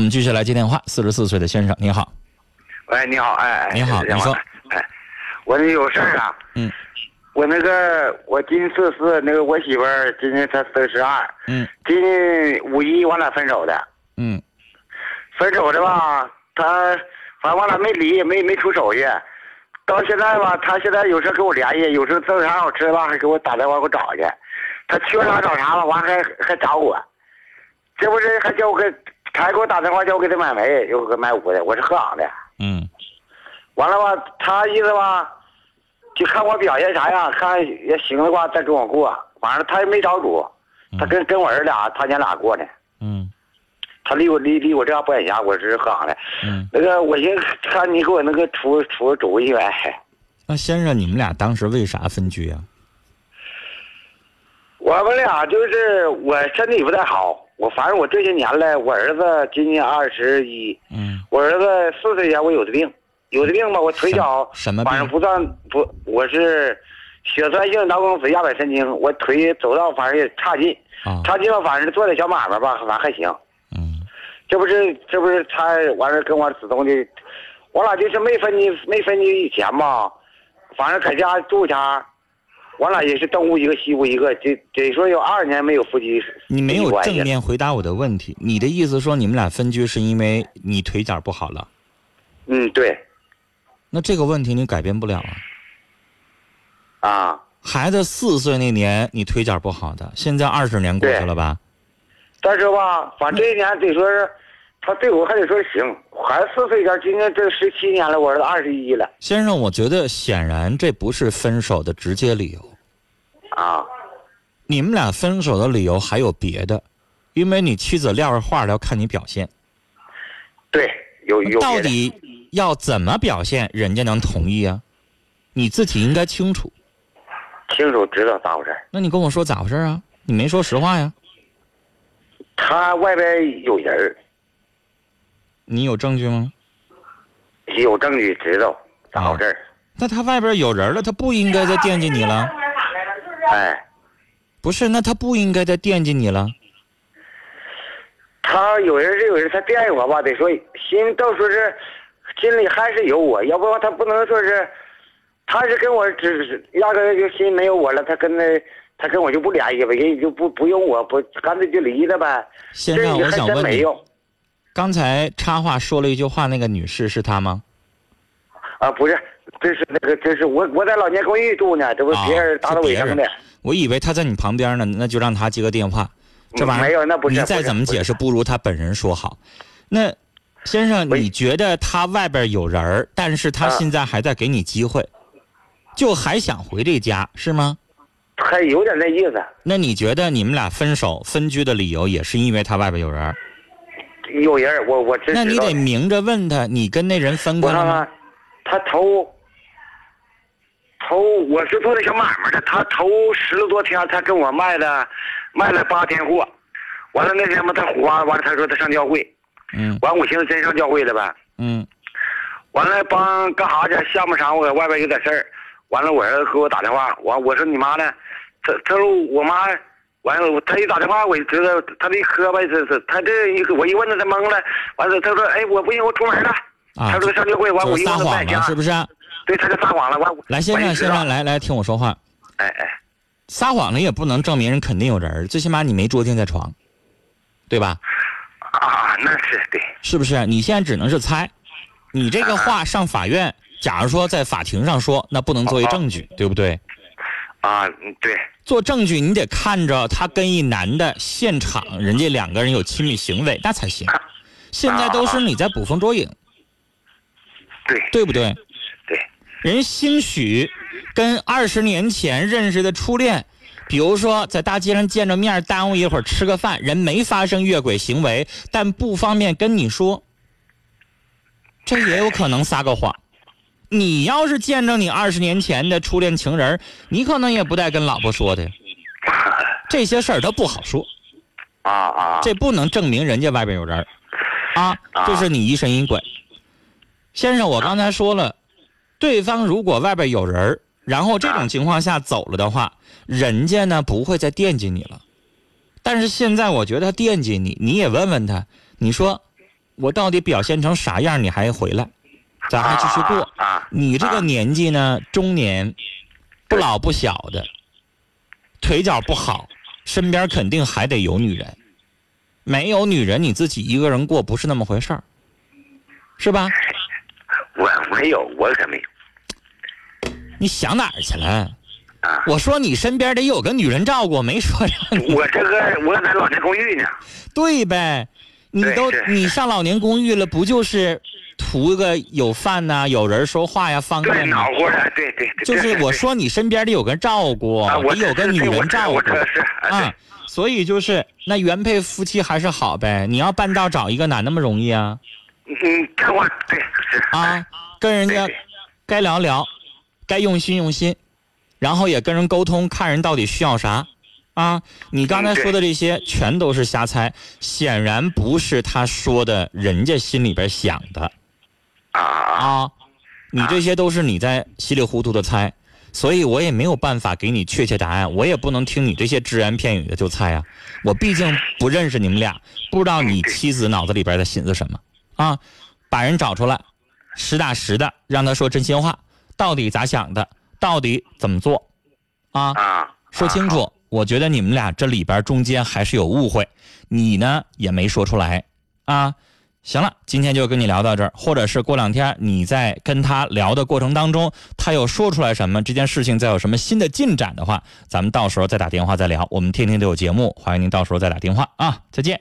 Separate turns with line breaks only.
我们继续来接电话，四十四岁的先生，你好，
喂，你好，哎，哎
你好
先
你说
生哎，我那有事儿啊，
嗯
我那个我今年四十四，那个我媳妇儿今年她三十二，
嗯
今年五一我俩分手的，
嗯
分手的吧，她反正我俩没离，也没没出手去，到现在吧，她现在有时候跟我联系，有时候做啥好吃的吧，还给我打电话给我找去，她缺啥找啥吧，完还还找我，这不是还叫我给，还给我打电话叫我给她买煤，又给买五的，我是河阳的。
嗯
完了吧，他意思吧，就看我表现啥样，看也行的话再跟我过。完了，他也没找主，他跟跟我儿俩，他娘俩过呢。
嗯
他离我离离我这样不远家，我是河阳的。
嗯。
那个，我寻思看你给我那个出出主意呗。
那先生，你们俩当时为啥分居啊？
我们俩就是我身体不太好，我反正我这些年来，我儿子今年二十一，
嗯
我儿子四岁前我有的病，有的病吧，我腿脚
什么什么病
反正不算不，我是血栓性脑梗死压迫神经，我腿走道反正也差劲，
啊
差劲吧，反正做点小买卖吧，反正还行。
嗯
这不是这不是他完事跟我子东的，我俩就是没分居没分居以前吧，反正搁家住家，我俩也是东屋一个西屋一个，得得说有二年没有夫妻。
你没有
夫妻关系
正
了
面回答我的问题。你的意思说你们俩分居是因为你腿脚不好了？
嗯，对
那这个问题你改变不了啊。
啊，
孩子四岁那年你腿脚不好的，现在二十年过去了吧？
但是吧，
嗯
反正这一年得说是，他对我还得说行，孩子四岁前，今年这十七年了，我儿子二十一了
先生，我觉得显然这不是分手的直接理由。
啊，
你们俩分手的理由还有别的，因为你妻子撂着话要看你表现，
对，有有
到
别的
底要怎么表现，人家能同意啊？你自己应该清楚。
清楚知道咋回事儿。
那你跟我说咋回事啊？你没说实话呀？
他外边有人儿
你有证据吗？
有证据知道咋回事儿，
那他外边有人了，他不应该再惦记你了。嗯
哎，
不是，那他不应该再惦记你了。
他有人是有人，他惦记我吧，得说心到说是心里还是有我，要不然他不能说是，他是跟我只是压根儿就心没有我了，他跟那他跟我就不联系吧，人也就不不用我不干脆就离了呗。
先生，
这
我
还
想
真
问
没
你，
有
刚才插话说了一句话，那个女士是她吗？
啊，不是，这是那个，这是我我在老年公寓住呢，这不
啊
别人打扫卫生的，
我以为她在你旁边呢，那就让她接个电话。这玩意儿
没有那不是
你
不
再
是
怎么
不是
解释，不如她本人说好。那先生，
喂
你觉得她外边有人儿，但是她
啊
现在还在给你机会，就还想回这家是吗？
还有点那意思，
那你觉得你们俩分手分居的理由也是因为她外边有人儿？
有人儿我我知
那你
知道
得明着问他，你跟那人分
我
开了
看
吗？
看，他头头我是做那小买卖的，他头十来多天，他跟我卖了卖了八天货，完了那天嘛他花完了，他说他上教会，
嗯
完我寻思真上教会了呗，
嗯
完了帮干啥去？下半场我在外边有点事儿，完了我儿子给我打电话，完我说你妈呢？他他说我妈，完了我他一打电话我就知道他这一磕巴，这这他这一我一问他他懵了，完了他说哎我不行我出门了，
啊，
他说上教会完
就
我
是
一问
撒
他在
谎
家
嘛，，是不是啊、
对他就撒谎了完我
来，先
我啊
生，
就知
先
道
生，来来，听我说话。
哎哎
撒谎了也不能证明人肯定有人儿，最起码你没捉奸在床，对吧？
啊那是对
是不是？你现在只能是猜，你这个话上法院，假如说在法庭上说，那不能作为证据，对不对？
啊嗯对
做证据你得看着他跟一男的现场，人家两个人有亲密行为，那才行。现在都是你在捕风捉影，
对
对不对？
对
人兴许跟二十年前认识的初恋，比如说在大街上见着面，耽误一会儿吃个饭，人没发生越轨行为，但不方便跟你说，这也有可能撒个谎。你要是见着你二十年前的初恋情人，你可能也不带跟老婆说的，这些事儿都不好说，
啊啊
这不能证明人家外边有人儿，啊，这是你疑神疑鬼。先生，我刚才说了，对方如果外边有人儿，然后这种情况下走了的话，人家呢不会再惦记你了。但是现在我觉得他惦记你，你也问问他，你说我到底表现成啥样，你还回来，咱还继续过。
啊啊
你这个年纪呢，中年，不老不小的，腿脚不好，身边肯定还得有女人。没有女人，你自己一个人过不是那么回事儿，是吧？
我没有，我可没有
你想哪儿去了？
啊。
我说你身边得有个女人照顾，没说让你
我这个我在老年公寓呢，
对呗。你
对
都
是
你上老年公寓了，不就是图个有饭呐、有人说话呀、方
对
便
暖
吗？
和的，对对。对
嗯就是
对
我说你身边得有个照顾，
啊，我
得有个女人照
我
顾
这个是啊
啊。所以就是那原配夫妻还是好呗。你要办到找一个哪那么容易啊？
对，嗯，这我对是
啊，跟人
对
家
对
该聊聊，该用心用心，然后也跟人沟通，看人到底需要啥。啊，你刚才
嗯对
说的这些全都是瞎猜，显然不是他说的，人家心里边想的
啊啊
啊。你这些都是你在稀里糊涂的猜，所以我也没有办法给你确切答案，我也不能听你这些只言片语的就猜啊。我毕竟不认识你们俩，不知道你妻子脑子里边在寻思什么啊。把人找出来，实打实的让他说真心话，到底咋想的，到底怎么做啊？
啊，
说清
啊。
楚。我觉得你们俩这里边中间还是有误会，你呢也没说出来啊。行了，今天就跟你聊到这儿，或者是过两天你在跟他聊的过程当中，他又说出来什么，这件事情再有什么新的进展的话，咱们到时候再打电话再聊。我们天天都有节目，欢迎您到时候再打电话啊，再见。